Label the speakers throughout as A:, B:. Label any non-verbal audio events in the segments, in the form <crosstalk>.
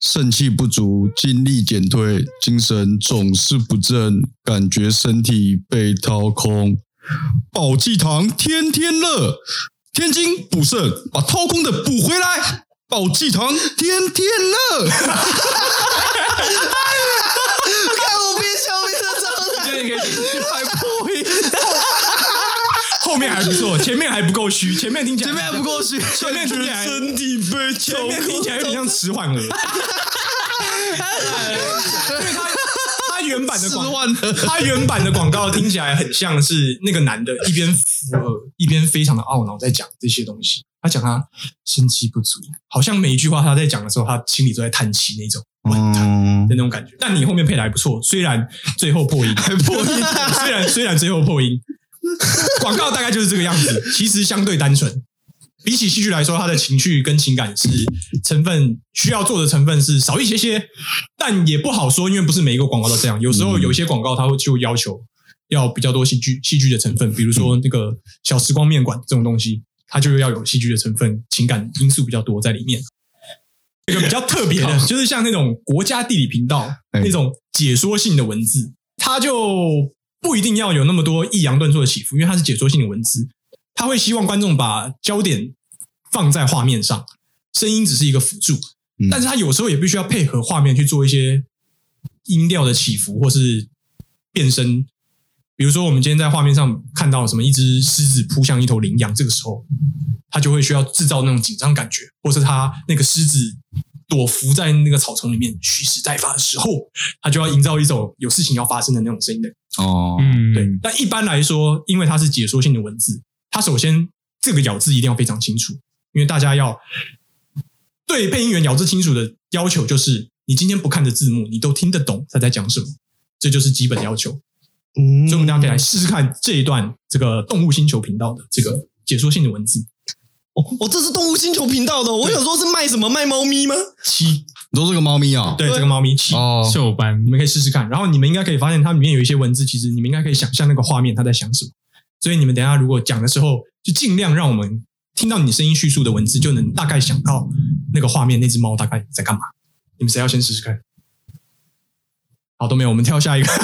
A: 肾气不足、精力减退、精神总是不振，感觉身体被掏空。宝济堂天天乐，天津补肾，把掏空的补回来。宝济堂天天乐，
B: 看我变小变的状态，
C: 就是你可以拍破音。 <laughs> 后面还不错，前面还不够虚，前面听起来
B: 前面还不，够虚，
C: 前面听起来，前
A: 体被掏
C: 面听起来有点像迟缓儿。因为他他原版的
A: 四
C: 广，
A: 万的。
C: 他原版的广告听起来很像是那个男的一边扶耳，一边非常的懊恼在讲这些东西。他讲他生气不足，好像每一句话他在讲的时候，他心里都在叹气那种
A: 嗯
C: 的那种感觉。但你后面配的还不错，虽然最后破音，
A: <laughs> 还破音，
C: <laughs> 虽然虽然最后破音，广告大概就是这个样子，其实相对单纯。比起戏剧来说，它的情绪跟情感是成分需要做的成分是少一些些，但也不好说，因为不是每一个广告都这样。有
A: 嗯
C: 时候有一些广告它会就要求要比较多戏剧戏剧的成分，比如
A: 嗯
C: 说那个小时光面馆这种东西，它就要有戏剧的成分，情感因素比较多在里面。这个比较特别
A: <laughs>
C: 的，就是像那种国家地理频道
A: 哎
C: 那种解说性的文字，它就不一定要有那么多抑扬顿挫的起伏，因为它是解说性的文字，它会希望观众把焦点放在画面上，声音只是一个辅助，
A: 嗯
C: 但是它有时候也必须要配合画面去做一些音调的起伏或是变身。比如说，我们今天在画面上看到什么一只狮子扑向一头羚羊，这个时候，它就会需要制造那种紧张感觉，或是它那个狮子躲伏在那个草丛里面蓄势待发的时候，它就要营造一种有事情要发生的那种声音的
A: 哦，
D: 嗯，
C: 对，但一般来说，因为它是解说性的文字，它首先这个咬字一定要非常清楚，因为大家要对配音员咬字清楚的要求就是，你今天不看着字幕，你都听得懂他在讲什么，这就是基本要求。
D: 嗯，
C: 所以我们大家可以来试试看这一段这个动物星球频道的这个解说性的文字。
D: 哦，这是动物星球频道的哦，我想说是卖什么卖猫咪吗？
C: 七，
A: 你说这个猫咪啊？
C: 对，这个猫咪七。
A: 哦，
D: 秀班
C: 你们可以试试看。然后你们应该可以发现，它里面有一些文字，其实你们应该可以想象那个画面它在想什么。所以你们等一下如果讲的时候，就尽量让我们听到你声音叙述的文字，就能大概想到那个画面，那只猫大概在干嘛。你们谁要先试试看？好，都没有，我们跳下一个。 <laughs>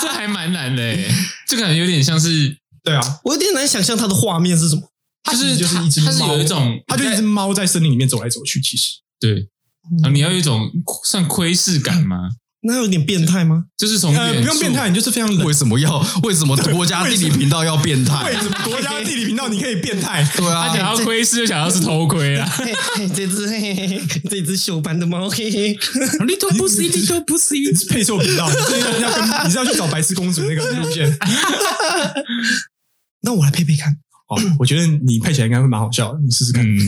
D: 这还蛮难的
E: 欸
D: 诶，这感觉有点像是，
C: 对啊，
D: 我有点难想象它的画面是什么。
C: 它
E: 就
C: 其实
E: 是
C: 就是
E: 它
C: 一只猫，
E: 它是有一种，
C: 它就一只猫在森林里面走来走去。其实
E: 对，
C: 嗯
E: 啊，你要有一种算窥视感吗？
D: 那有点变态吗？
E: 就是从
C: 呃，
E: 远
C: 不用
E: 处
C: 变，态，你就是非常冷
A: 为。什么要？为什么国家地理频道要变
C: <laughs>
A: 态
C: 为？什么国家地理频道你可以变
E: <laughs>
C: 态？
A: 对
E: 他
A: 啊
E: 想，要窥视就想要是偷窥啊，
D: 嘿嘿这只嘿嘿嘿这只秀班的猫，嘿嘿，
E: 啊你都不是，你都不是，
C: 配错频道，你是要跟你是要去找白痴公主那个路线？
D: 那我来配配看。
C: 哦，我觉得你配起来应该会蛮好笑的，你试试看。
E: 嗯，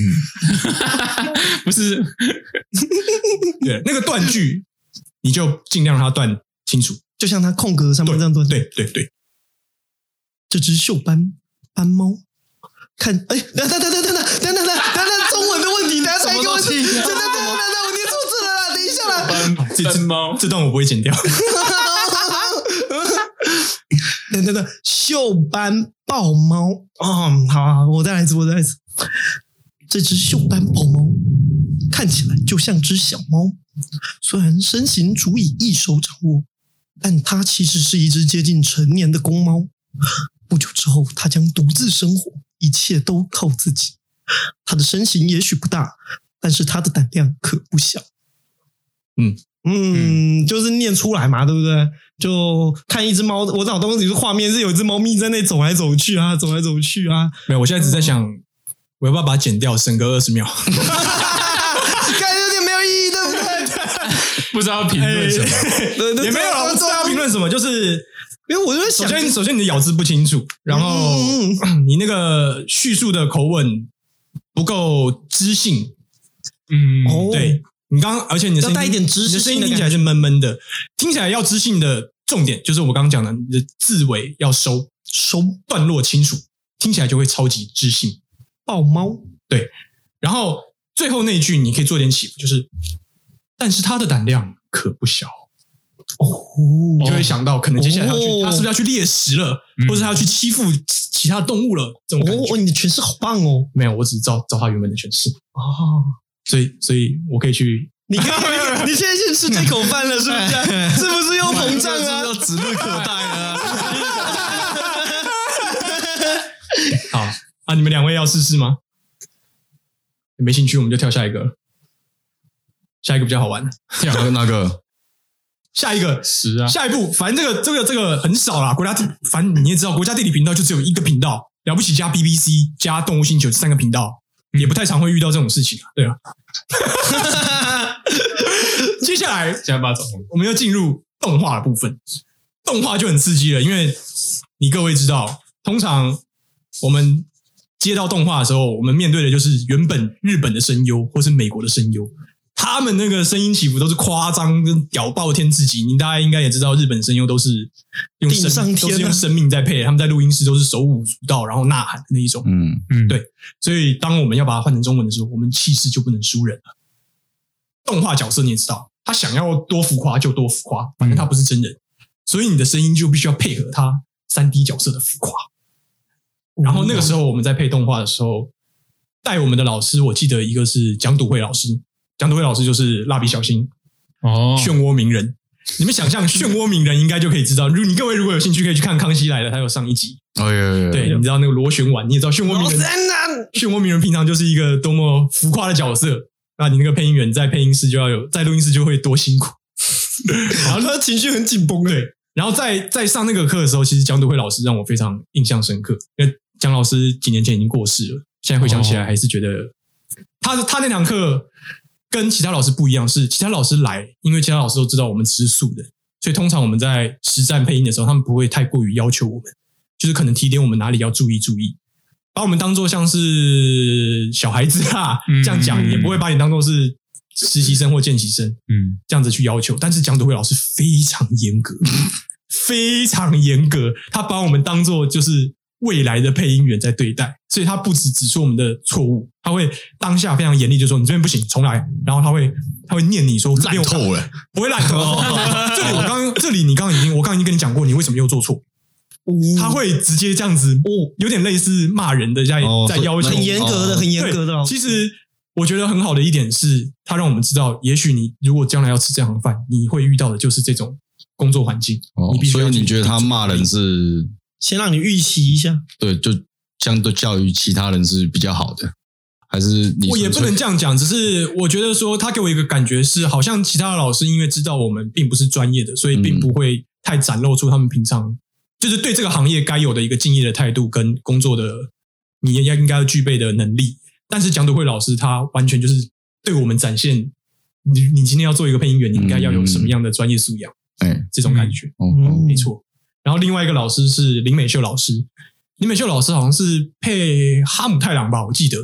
E: <laughs>
C: <laughs>
E: 不是，
C: 对，那个断句你就尽量让它断清楚。
D: 就像它空格上面这样断，
C: 对对对，
D: 这只秀斑斑猫，看，哎，等等等等等等等等等等，中文的问题，大家猜给我，等等等等等，我念错字了啦，等一下啦，
C: 这
E: 笨
C: 这
E: 猫，
C: 这段我不会剪掉。
D: 等等等，秀斑豹猫，嗯，好好，我再来一次，我再来一次，这只秀斑豹猫看起来就像只小猫，虽然身形足以一手掌握，但它其实是一只接近成年的公猫。不久之后，它将独自生活，一切都靠自己。它的身形也许不大，但是它的胆量可不小。
C: 嗯
D: 嗯，就是念出来嘛，对不对？就看一只猫，我脑东西是画面是有一只猫咪在那走来走去啊，走来走去啊。
C: <laughs> 没有，我现在只在想，我要不要把它剪掉，省个二十秒？
D: 感觉有点没有意义，对不对？
E: 不知道评论什么，
C: 哎
D: 对对
C: 也没有啦，我不知道要评论什么。就是
D: 因为我就在
C: 首
D: 想，
C: 先，首先你的咬字不清楚，然后
D: 嗯嗯
C: 你那个叙述的口吻不够知性，
E: 嗯，
D: 哦，
C: 对，你刚刚，而且你的声音
D: 要带一点知识
C: 你的声音
D: 性的
C: 听起来是闷闷的，听起来要知性的重点就是我刚刚讲的，你的字尾要收收段落清楚，听起来就会超级知性。
D: 豹猫，
C: 然后最后那一句你可以做点起伏，就是，但是他的胆量可不小，
D: 哦
C: 你就会想到可能接下来他要去，
D: 哦
C: 他是不是要去猎食了，
E: 嗯
C: 或者他要去欺负其其他动物了？这种感觉
D: 哦，你的诠释好棒哦，
C: 没有，我只是照照他原本的诠释。
D: 哦，
C: 所以所以我可以去
D: 你看，你现在是吃这口饭了，是不是？是不是又膨胀啊？
B: 要指日可待啊！
C: 好啊，你们两位要试试吗？没兴趣，我们就跳下一个了。下一个比较好玩，
A: 哪个哪啊个？
C: 下一个
E: 十啊，
C: 下一步，反正这个这个这个很少啦。国家地，反正你也知道，国家地理频道就只有一个频道，了不起加 BBC 加动物星球这三个频道，也不太常会遇到这种事情啊，对啊。 <laughs> 接下来
E: 加八种。
C: 我们要进入动画的部分，动画就很刺激了，因为你各位知道，通常我们接到动画的时候，我们面对的就是原本日本的声优或是美国的声优，他们那个声音起伏都是夸张跟屌爆天至极。你大家应该也知道，日本声优都是用
D: 顶上
C: 生
D: 天啊
C: 都是用生命在配，他们在录音室都是手舞足蹈，然后呐喊的那一种。
A: 嗯，
E: 嗯，
C: 对所以当我们要把它换成中文的时候，我们气势就不能输人了。动画角色你也知道，他想要多浮夸就多浮夸，反正他不是真人，所以你的声音就必须要配合他三 D 角色的浮夸。然后那个时候我们在配动画的时候，带我们的老师，我记得一个是蒋笃慧老师，蒋笃慧老师就是蜡笔小新
E: 哦，
C: 漩涡鸣人。你们想象漩涡鸣人应该就可以知道，如你各位如果有兴趣，可以去看《康熙来了》，他有上一集。
A: 哎呀呀，
C: 对，你知道那个螺旋丸，你也知道漩涡鸣人 <laughs> 漩涡鸣人平常就是一个多么浮夸的角色，那你那个配音员在配音室就要有，在录音室就会多 <laughs> 辛苦。然后他情绪很紧绷，欸对。然后在在上那个课的时候，其实江都辉老师让我非常印象深刻，因为江老师几年前已经过世了，现在回想起来还是觉得、他他那堂课跟其他老师不一样，是其他老师来，因为其他老师都知道我们只是素人，所以通常我们在实战配音的时候，他们不会太过于要求我们，就是可能提点我们哪里要注意注意，把我们当做像是小孩子啊，
E: 嗯
C: 这样讲也不会把你当做是实习生或见习生
E: 嗯，
C: 这样子去要求。但是江德辉老师非常严
E: <laughs>
C: 格，非常严格，他把我们当做就是未来的配音员在对待，所以他不止指出我们的错误，他会当下非常严厉，就说你这边不行，重来。然后他会他会念你说烂
A: 烂透了，
C: 不会烂透。这里我刚这里你刚刚已经我刚刚已经跟你讲过，你为什么又做错？
D: 嗯
C: 他会直接这样子，哦有点类似骂人的在
A: 哦
C: 在要求，
A: 很
D: 很严格的，很严格的哦
C: 对。其实我觉得很好的一点是，他让我们知道，也许你如果将来要吃这行饭，你会遇到的就是这种工作环境。
A: 哦
C: 你必须
A: 所
C: 要
A: 以
C: 去
A: 你觉得他骂人是
D: 先让你预习一下，
A: 对，就相对较于其他人是比较好的，还是你
C: 我也不能这样讲，只是我觉得说他给我一个感觉是，好像其他的老师因为知道我们并不是专业的，所以并不会太展露出他们平常就是对这个行业该有的一个敬业的态度跟工作的你也应该要具备的能力。但是蒋笃慧老师他完全就是对我们展现，你你今天要做一个配音员，你应该要有什么样的专业素养，
A: 纯粹哎，
C: 这种感觉。
A: 哦，
D: 嗯
C: 没错。然后另外一个老师是林美秀老师，林美秀老师好像是配哈姆太郎吧，我记得。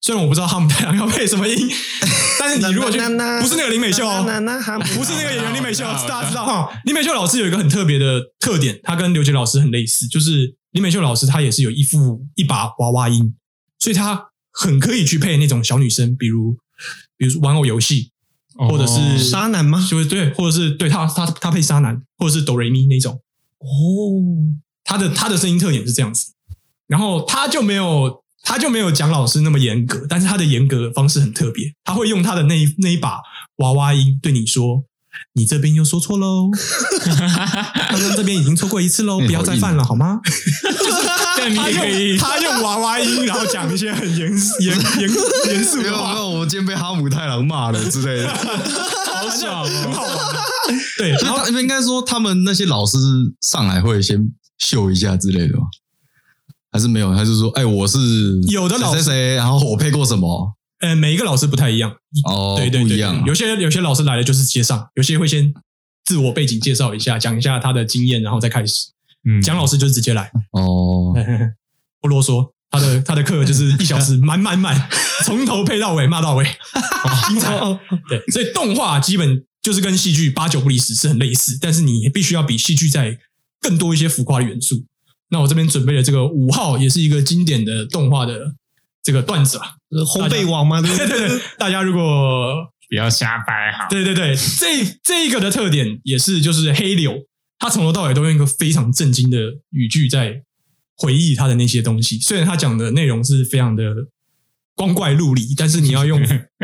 C: 虽然我不知道哈姆太郎 <laughs> 要配什么音，但是你如果
D: <laughs>
C: 去，
D: 那那那
C: 不是那个林美秀哦，
D: 那那哈姆
C: 不是那个演员林美秀，哦
E: 我知道
C: 大家知道哈。林美秀老师有一个很特别的特点，她跟刘杰老师很类似，就是林美秀老师她也是有一副一把娃娃音，所以她很可以去配那种小女生，比如比如说玩偶游戏，
E: 哦
C: 或者是
D: 沙男吗？
C: 就是对，或者是对她她她配沙男，或者是哆瑞咪那种。
D: 哦，
C: 他的他的声音特点是这样子，然后他就没有他就没有蒋老师那么严格，但是他的严格方式很特别，他会用他的那一那一把娃娃音对你说：“你这边又说错
E: <laughs>
C: 喽，他说这边已经错过一次
E: 嗯
C: 喽，不要再犯了好
E: <laughs>
C: 吗？”
E: 但你
C: 他
E: 也可以
C: 用， <laughs> 他用娃娃音，然后讲一些很严严严严肃
A: 没
C: 的
A: 有
C: 话
A: 没，有，我今天被哈姆太郎骂了之类的。
C: 好爽，
E: 哦
C: <laughs> 很好玩。啊对，
A: <laughs> 所
C: 然
A: 以
C: 后
A: 他应该说他们那些老师上来会先秀一下之类的吗？还是没有？还是说，哎，我是
C: 有的老师
A: 谁谁谁，然后我配过什么？
C: 呃，每一个老师不太一样，
A: 哦，
C: 对对
A: 不
C: 对，
A: 一样啊
C: 有些有些老师来了就是直接上，有些会先自我背景介绍一下，讲一下他的经验，然后再开始。
E: 嗯
C: 蒋老师就是直接来，
A: 哦。
C: <laughs> 不啰嗦。他的他的课就是一小时
A: <laughs>
C: 满满满，从头配到尾，骂到尾，精彩。
A: 哦
C: <laughs> 对，所以动画基本就是跟戏剧八九不离十，是很类似，但是你必须要比戏剧在更多一些浮夸的元素。那我这边准备了这个五号，也是一个经典的动画的这个段子啊。
D: <laughs> 烘焙王吗？对
C: 对
D: 不
C: 对
D: 对？
C: 对，大家如果
E: 不要瞎掰好，
C: 对对对，这这个的特点也是，就是黑柳，他从头到尾都用一个非常震惊的语句在回忆他的那些东西。虽然他讲的内容是非常的光怪陆离，但是你要用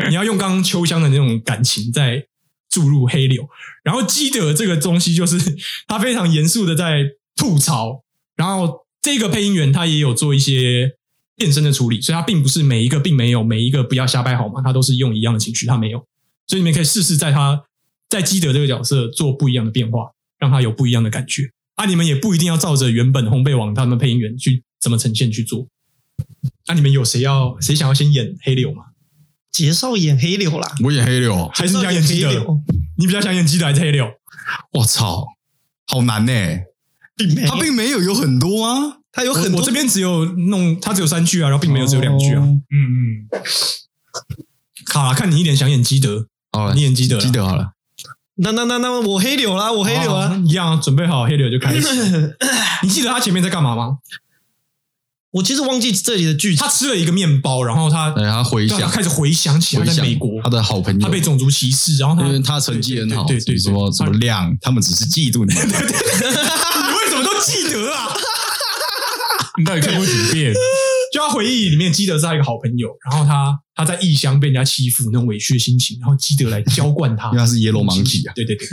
C: 你要用刚刚秋香的那种感情在注入黑柳。然后基德这个东西就是他非常严肃的在吐槽，然后这个配音员他也有做一些变身的处理，所以他并不是每一个并没有每一个不要瞎掰好吗？他都是用一样的情绪，他没有，所以你们可以试试在他在基德这个角色做不一样的变化，让他有不一样的感觉。啊，你们也不一定要照着原本烘焙网他们配音员去怎么呈现去做。啊，你们有谁要谁想要先演黑柳吗？
D: 杰少演黑柳啦，
A: 我演黑柳，
C: 还是你想演
D: 黑
C: 基德？
D: 柳，
C: 你比较想演基德还是黑柳？
A: 我操，好难呢、欸
D: 并没有
A: 他并没有有很多啊，
D: 他有很
C: 我
D: 多
C: 我这边只有弄他只有三句啊，然后并没有只有两句啊。
D: 哦
E: 嗯嗯，
C: 卡啦，看你一脸想演基德，
A: 好了
C: 你，演基德啊，
A: 记得好了，
D: 那那那那我黑柳啦，我黑柳
C: 好
D: 啦。
C: 一样啊，准备好黑柳就开始。你记得他前面在干嘛吗？
D: <laughs> 我其实忘记这里的剧情
C: 他，吃了一个面包，然后他
A: 哎，他回
C: 他
A: 想
C: 啊开始回想起他
A: 回
C: 在
A: 想
C: 美国，
A: 他的好朋友
C: 他，被种族歧视，然后他
A: 因为他成绩很好，
C: 对对对对对
A: 什么什么亮，他们只是嫉
C: <laughs>
A: 妒你们。
C: 你为什么都记得啊？
E: 你到底看过几
C: <laughs>
E: 遍？
C: 就他回忆里面，基德是他一个好朋友，然后他他在异乡被人家欺负那种委屈的心情，然后基德来浇灌
D: <laughs>
C: 他
A: 因为，他是 yellow monkey 啊，
C: 对对对，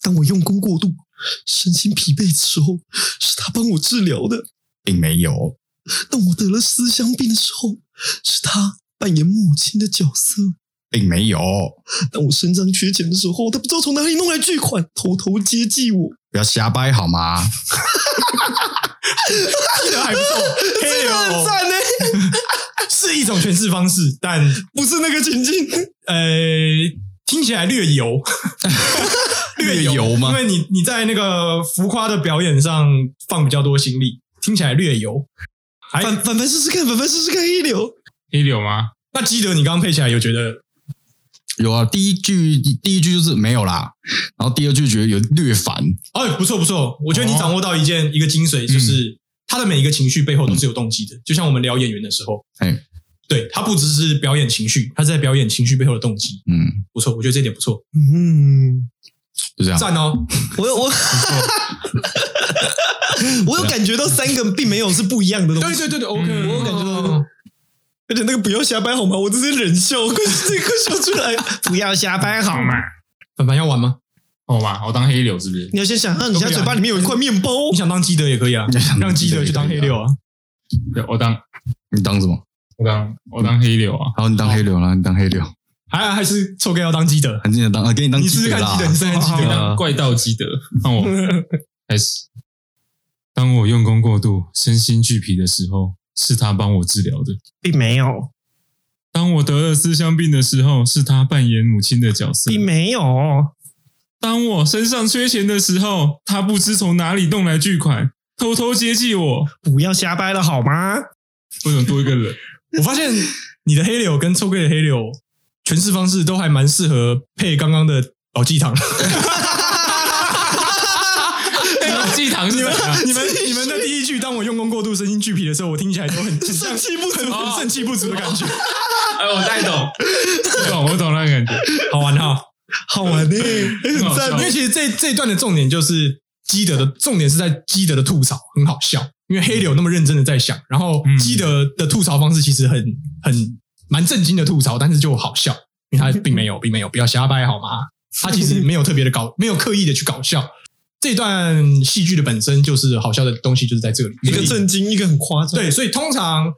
D: 当我用功过度、身心疲惫的时候，是他
C: <laughs>
D: 帮我治疗的；
A: 并没有。
D: 当我得了思乡病的时候，是他扮演母亲的角色；
A: 并没有，
D: 当我身上缺钱的时候，他不知道从哪里弄来巨款，偷偷接济我。
A: 不要瞎掰好吗？
C: 基德还不错，黑
D: <laughs> 这很
C: 流
D: 赞呢，欸
C: 是一种诠释方式，但
D: 不是那个情境。
C: 呃，听起来略 <laughs> 油，
A: 略油吗
C: 因为你你在那个浮夸的表演上放比较多心力，听起来略油。还
D: 反反反试试看，反反试试看黑柳。
E: 黑柳吗？
C: 那基德，你刚刚配起来有觉得
A: 有啊，第一句第一句就是没有啦，然后第二句觉得有略烦，
C: 哦，不错不错，我觉得你掌握到一件、一个精髓，就是他的每一个情绪背后都是有动机的。就像我们聊演员的时候，
A: 哎，
C: 对他不只是表演情绪，他是在表演情绪背后的动机。
A: 嗯，
C: 不错，我觉得这点不错，
D: 嗯，
A: 就这样。
C: 赞哦。
D: 我有我， <laughs> 我有感觉到三个并没有是不一样的东西。
C: 对对对对，OK，
E: 嗯
C: 我有感觉到。
D: <laughs> 而且那个不要瞎掰好吗？我直接忍笑， <laughs> 快这快笑出来！ <laughs> 不要瞎掰好吗？
C: 凡凡要玩吗？
E: 好嘛，哦我当黑柳是不是？
D: 你要先想，啊，你现在嘴巴里面有一块面包，
C: 你想当基德也可以啊
A: 你想，当
C: 让基德去当黑六啊。
E: 对我当
A: 你当什么？
E: 我当我当黑柳啊！
A: 然后你当黑柳啦，你当黑柳，
C: 还还是臭哥要当基德，
A: 很经常当啊，给你当
C: 你试
A: 基
C: 试
A: 德
C: 看
A: 啦
C: 基。德，你试试看基
E: 我 <laughs>
C: 德。
E: 当怪盗基德，让 <laughs> 我开始。当我用功过度、身心俱疲的时候，是他帮我治疗的；
D: 并没有，
E: 当我得了思乡病的时候，是他扮演母亲的角色；
D: 并没有，
E: 当我身上缺钱的时候，他不知从哪里弄来巨款，偷偷接济我。
D: 不要瞎掰了好吗？
E: 为什么多一个 <laughs> 人？
C: 我发现你的黑柳跟臭哥的黑柳诠释方式都还蛮适合配刚刚的老鸡汤。
E: 老哎鸡堂是
C: 你
E: 怎
C: 们
E: 样？
C: 你们你们的第一句，当我用功过度、身心俱疲的时候，我听起来都很很像
D: 肾气不足
C: 很很肾气不足的感觉。
E: 哎，我太懂，我懂，我懂那个 <laughs> 感觉。
C: 好玩哈，
D: 好玩呢、
E: 很好
D: 赞
E: 笑
C: 因为其实这这一段的重点就是基德的重点是在基德的吐槽，很好笑。因为黑柳那么认真的在想，然后
E: 嗯
C: 基德的吐槽方式其实很很蛮震惊的吐槽，但是就好笑，因为他并没
E: <laughs>
C: 有并没有不要瞎掰好吗？他其实没有特别的搞，没有刻意的去搞笑。这段戏剧的本身就是好笑的东西，就是在这里。
D: 一
C: 所
D: 个
C: 以
D: 震惊，一个很夸张。，
C: 对，所以通常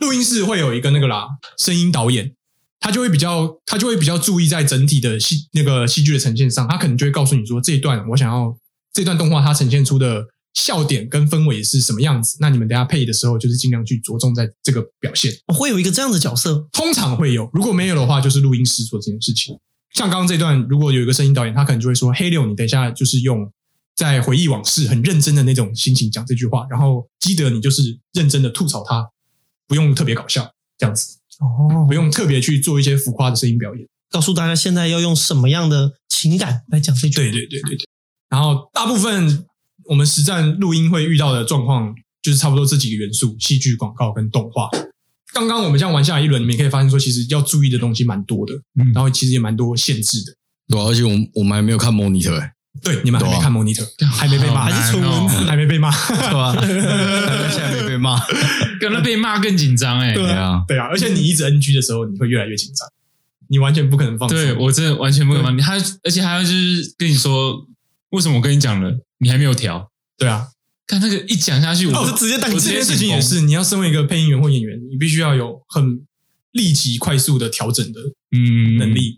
C: 录音室会有一个那个啦，声音导演，他就会比较，他就会比较注意在整体的戏那个戏剧的呈现上，他可能就会告诉你说，这一段我想要这段动画它呈现出的笑点跟氛围是什么样子。那你们等一下配的时候，就是尽量去着重在这个表现。
D: 会有一个这样的角色，
C: 通常会有，如果没有的话，就是录音师做这件事情。像刚刚这段，如果有一个声音导演，他可能就会说：“黑六，你等一下就是用在回忆往事很认真的那种心情讲这句话，然后基德你就是认真的吐槽他，不用特别搞笑，这样子
D: 哦
C: 不，用特别去做一些浮夸的声音表演。
D: 告诉大家现在要用什么样的情感来讲这句。
C: 对对对对对。然后大部分我们实战录音会遇到的状况，就是差不多这几个元素：戏剧、广告跟动画。刚刚我们这样玩下来一轮，你们也可以发现说，其实要注意的东西蛮多的，
E: 嗯
C: 然后其实也蛮多限制的。 <laughs>
A: 对啊、而且我们我们还没有看 monitor，、欸、
C: 对，你们还没看 monitor，还没被骂，
E: 还是纯文字
C: 还没被骂。
B: 对吧？现在没被骂，
E: 可能被骂更紧张哎。
B: 对啊，
C: 对啊，而且你一直 NG 的时候，你会越来越紧张，你完全不可能放松。
E: 对我真的完全不敢帮你，他而且还要就是跟你说，为什么我跟你讲了，你还没有调？
C: 对啊，
E: 看那个一讲下去，我
C: 哦，是直
D: <laughs>
C: 接带。
E: 我
C: 这
E: 直接
C: 件事情也是，你要身为一个配音员或演员，你必须要有很立即、快速的调整的
E: 嗯
C: 能力。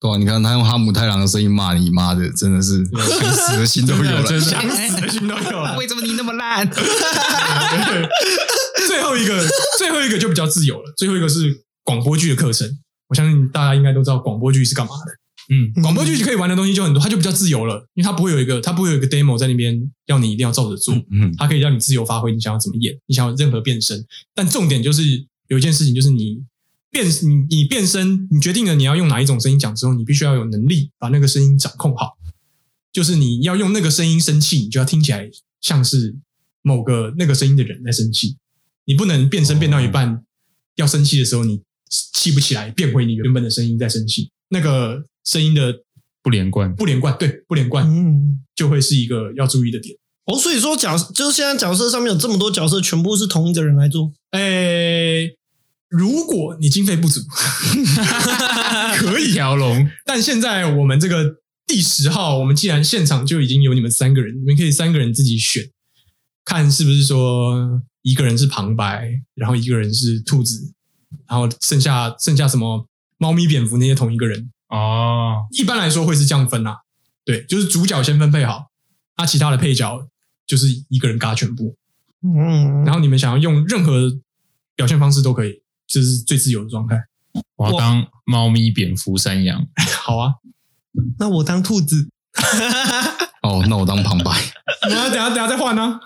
B: 对啊，你看他用哈姆太郎的声音骂你妈的，真的是
C: 啊
B: 想死的心都有
C: <laughs>
B: 了。
E: 真的 <laughs>
C: 想死的心都有啊了。
B: 为什么你那么烂？
C: 最后一个，最后一个就比较自由了。最后一个是广播剧的课程，我相信大家应该都知道广播剧是干嘛的。
E: 嗯，
C: 广播剧可以玩的东西就很多，它就比较自由了，因为它不会有一个，它不会有一个 demo 在那边要你一定要照着做，
B: 嗯，
C: 它可以让你自由发挥，你想要怎么演，你想要任何变身。但重点就是有一件事情，就是你变你你变身，你决定了你要用哪一种声音讲之后，你必须要有能力把那个声音掌控好。就是你要用那个声音生气，你就要听起来像是某个那个声音的人在生气。你不能变身变到一半、要生气的时候，你气不起来，变回你原本的声音在生气。那个声音的
E: 不连贯。
C: 不连贯，对，不连贯
D: 嗯，
C: 就会是一个要注意的点。
D: 哦，所以说角就是现在角色上面有这么多角色，全部是同一个人来做，
C: 诶，呃如果你经费不足，
E: 可以条龙，
C: 但现在我们这个第十号，我们既然现场就已经有你们三个人，你们可以三个人自己选，看是不是说一个人是旁白，然后一个人是兔子，然后剩下剩下什么猫咪、蝙蝠那些同一个人，
E: 哦，
C: 一般来说会是这样分啊。对，就是主角先分配好，那、其他的配角就是一个人嘎全部，
D: 嗯，
C: 然后你们想要用任何表现方式都可以，这、是最自由的状态。
E: 我要当猫咪、蝙蝠、山羊，
C: 好啊，
D: 那我当兔子，
B: 哦，那我当旁白，
C: 我们等一下等一下再换呢、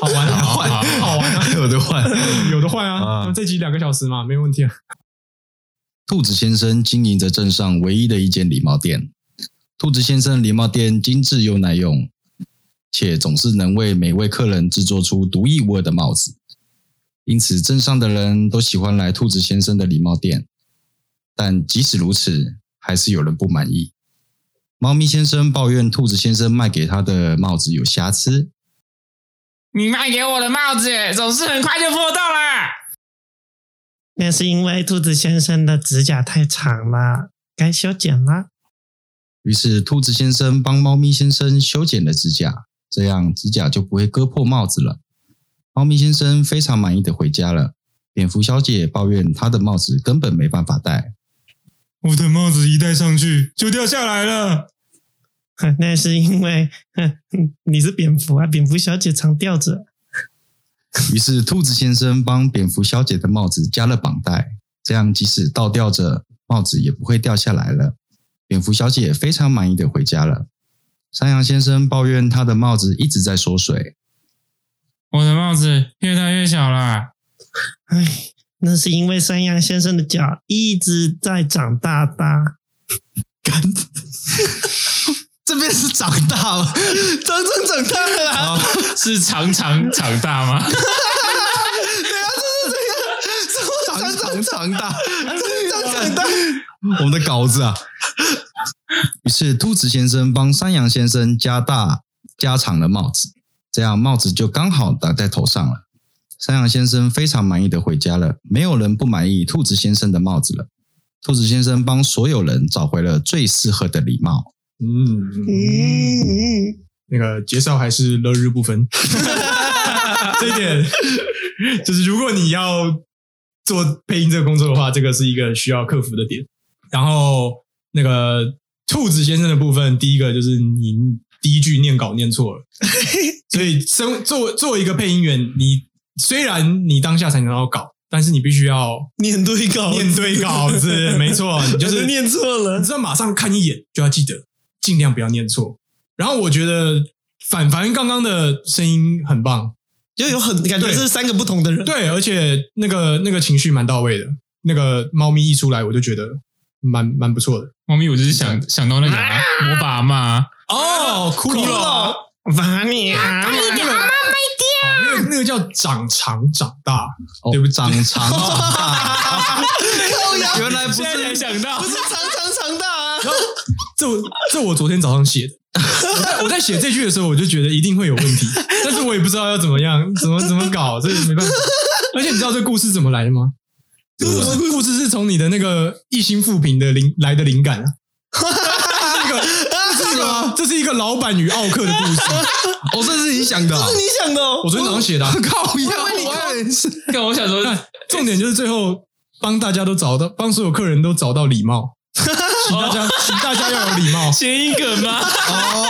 C: 好玩啊，<laughs>
E: 好
C: 换
E: 好好
C: 好 <laughs> 玩啊，
B: 有的换。
C: 有的换啊。
B: 啊
C: 那么这集两个小时嘛，没问题啊。
B: 兔子先生经营着镇上唯一的一间礼帽店。兔子先生的礼帽店精致又耐用，且总是能为每位客人制作出独一无二的帽子，因此镇上的人都喜欢来兔子先生的礼帽店。但即使如此，还是有人不满意。猫咪先生抱怨兔子先生卖给他的帽子有瑕疵，
E: 你卖给我的帽子总是很快就破洞啦。
D: 那是因为兔子先生的指甲太长了，该修剪啦。 <laughs>
B: 于是兔子先生帮猫咪先生修剪了指甲，这样指甲就不会割破帽子了。猫咪先生非常满意的回家了。蝙蝠小姐抱怨她的帽子根本没办法戴。
E: 我的帽子一戴上去就掉下来了。
D: 哼那是因为 <laughs> 哼哼你是蝙蝠啊，蝙蝠小姐常吊着。
B: 于是兔子先生帮蝙蝠小姐的帽子加了绑带，这样即使倒吊着，帽子也不会掉下来了。蝙蝠小姐非常满意的回家了。山羊先生抱怨他的帽子一直在缩水，
E: 我的帽子越戴越小啦。
D: 唉，那是因为山羊先生的脚一直在长大大。
B: 这边是 <laughs> 长大了，
D: 长长长大了
B: 啊
D: 啦！
E: 哦 <laughs> 是常常长大吗？
B: 长长长大。
D: 长长大，
B: 我们的稿子啊。于是兔子先生帮山羊先生加大加长了帽子，这样帽子就刚好打在头上了。山羊先生非常满意的回家了，没有人不满意兔子先生的帽子了。兔子先生帮所有人找回了最适合的礼帽。
C: 嗯，
D: 嗯，
C: 那个介绍还是乐日不 <laughs> 分，这一点就是如果你要做配音这个工作的话，这个是一个需要克服的点。然后那个兔子先生的部分，第一个就是你第一句念稿念错 <laughs> 了，所以身作作为一个配音员，你虽然你当下才能到稿，但是你必须要
D: 念对稿，
C: 哦念对稿
D: <laughs>
C: 子，没错，你就
D: 可
C: 是
D: 能念错了
C: 你。知道马上看一眼就要记得，尽量不要念错。然后我觉得反凡刚刚的声音很棒，
D: 就有很感觉
C: 对
D: 是三个不同的人。
C: 对，而且那个那个情绪蛮到位的。那个猫咪一出来，我就觉得蛮蛮不错的。
E: 猫咪，我就是想想到那个 <laughs> 啊魔法阿嬷，
C: 哦，骷髅哦，
D: 把你啊！
C: 那个哦那个那个叫长长长大，
B: 哦
C: 对不起
B: 长长长大，
D: 靠呀！
B: 原来不
E: 现在才
B: 是
E: 想到
D: 不，是长长长大啊！
C: 然后这我这我昨天早上写的， <laughs> 我在我在写这句的时候，我就觉得一定会有问题，但是我也不知道要怎么样，怎么怎么搞，所以没办法。而且你知道这故事怎么来的吗？这故事故事是从你的那个一心复评的灵来的灵感啊。这个这是一个这是一个老板与奥克的故事，
B: 哦，这是你想的啊、
D: 是你想的哦
C: 我。昨天早上写的啊、
B: 靠呀！
E: <laughs> 看我想说，
C: <laughs> 重点就是最后帮大家都找到，帮所有客人都找到礼貌，请大家请大家要有礼貌。
E: 谐音梗吗？
B: 哦，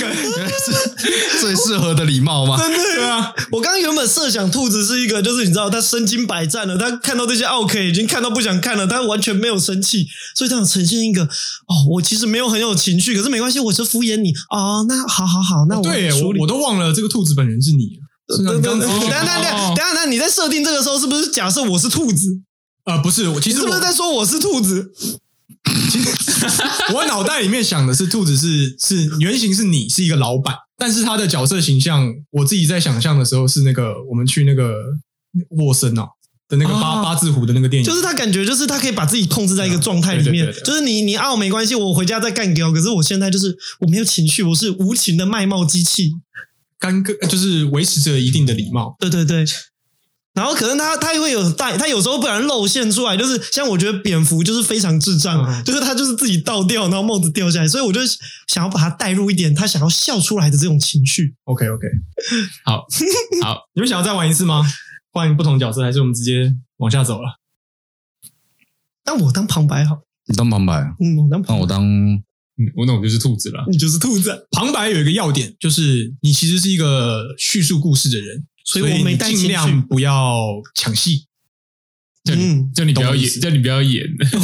B: 原来是最
D: <laughs>
B: 适合的礼貌吗？
C: 对啊，
D: 我刚刚原本设想兔子是一个，就是你知道他身经百战了，他看到这些奥 K 已经看到不想看了，他完全没有生气，所以他有呈现一个哦，我其实没有很有情绪，可是没关系，我是敷衍你哦。那好好好，那我
C: 对
D: 处
C: 我
D: 理。
C: 我都忘了这个兔子本人是你。是啊
D: 等
C: 你
D: 等
C: 刚
D: 等等
C: 刚
D: 等等等等，你在设定这个时候是不是假设我是兔子？
C: 呃，不是我，其
D: 你
C: 实
D: 是
C: 我
D: 不是在说我是兔子？
C: 我脑袋里面想的是兔子是是原型是你是一个老板，但是他的角色形象，我自己在想象的时候是那个我们去那个沃森哦的那个八、
D: 哦
C: 八字胡的那个电影，
D: 就是他感觉就是他可以把自己控制在一个状态里
C: 对
D: 面
C: 对对，对
D: 就是你你傲没关系，我回家再干掉。可是我现在就是我没有情绪，我是无情的卖貌机器。
C: 干戈，就是维持着一定的礼貌。
D: 对对对。然后可能他他会有带，他有时候不然露馅出来，就是像我觉得蝙蝠就是非常智障，
C: 嗯
D: 就是他就是自己倒掉，然后帽子掉下来，所以我就想要把他带入一点他想要笑出来的这种情绪。
C: OK OK，
E: <laughs> 好好，
C: 你们想要再玩一次吗？换不同角色，还是我们直接往下走了？
D: 但我当旁白好，
B: 你当旁白，
D: 嗯，我当
B: 那
D: 旁
C: 哦
D: 白，
B: 我
D: <laughs>
B: 当
E: 嗯我那我就是兔子了。
D: 你就是兔子啊，
C: 旁白有一个要点，就是你其实是一个叙述故事的人，
D: 所以
C: 所
D: 我没
C: 你
D: 带
C: 尽
D: 情
C: 量
D: 绪。
C: 不要抢戏，
D: <laughs>
E: 叫你
D: 嗯，
E: 叫你不
C: 懂
E: 要
C: 我意
E: 演，
C: 思
E: 叫你不要演。 <laughs>
C: 就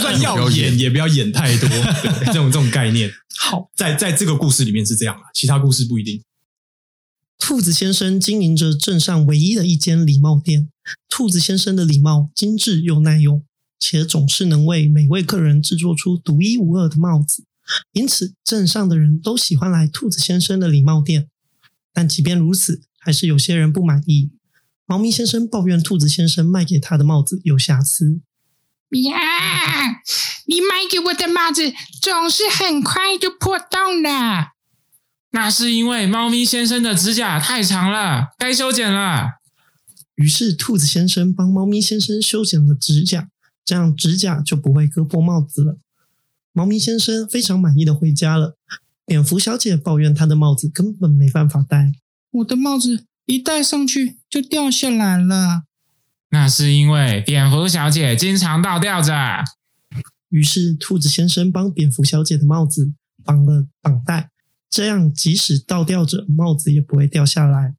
C: 算
B: 不
C: 要
B: 要演
C: 演也不要演太
D: <laughs>
C: 多，对这种这种概念。
D: 好，
C: 在在这个故事里面是这样啦，其他故事不一定。
D: 兔子先生经营着镇上唯一的一间礼帽店。兔子先生的礼帽精致又耐用，且总是能为每位客人制作出独一无二的帽子，因此镇上的人都喜欢来兔子先生的礼帽店。但即便如此，还是有些人不满意。猫咪先生抱怨兔子先生卖给他的帽子有瑕疵，
F: 呀，你买给我的帽子总是很快就破洞了。
E: 那是因为猫咪先生的指甲太长了，该修剪了。
D: 于是兔子先生帮猫咪先生修剪了指甲，这样指甲就不会割破帽子了。猫咪先生非常满意的回家了。蝙蝠小姐抱怨她的帽子根本没办法戴。
F: 我的帽子一戴上去就掉下来了。
E: 那是因为蝙蝠小姐经常倒吊着。
F: <laughs>
D: 于是兔子先生帮蝙蝠小姐的帽子绑了绑带，这样即使倒吊着，帽子也不会掉下来。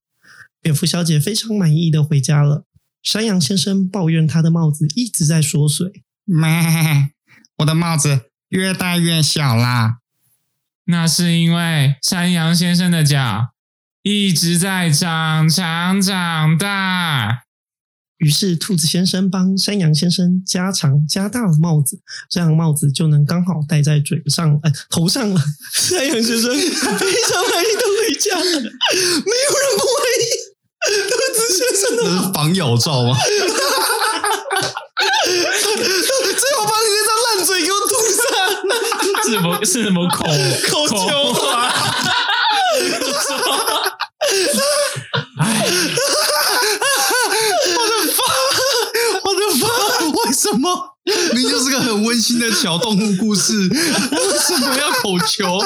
D: 蝙蝠小姐非常满意的回家了。山羊先生抱怨他的帽子一直在缩水。
F: 妈，我的帽子越戴越小啦。
E: 那是因为山羊先生的脚一直在长长长大。
D: 于是，兔子先生帮山羊先生加长加大了帽子，这样帽子就能刚好戴在嘴上，呃，头上了。 <laughs> 山羊先生非常满意的回家了，没有人不满意。兔子先生的，
B: 这是防咬罩吗？
D: 最好把你那张烂嘴给我堵上，
E: 是什么是什么
F: <laughs>
E: 口
D: 口球
E: <laughs>
D: 啊！
B: 我的妈！ <laughs> 为什么？你就是个很温馨的小动物故 <laughs> 事，为什么要口球？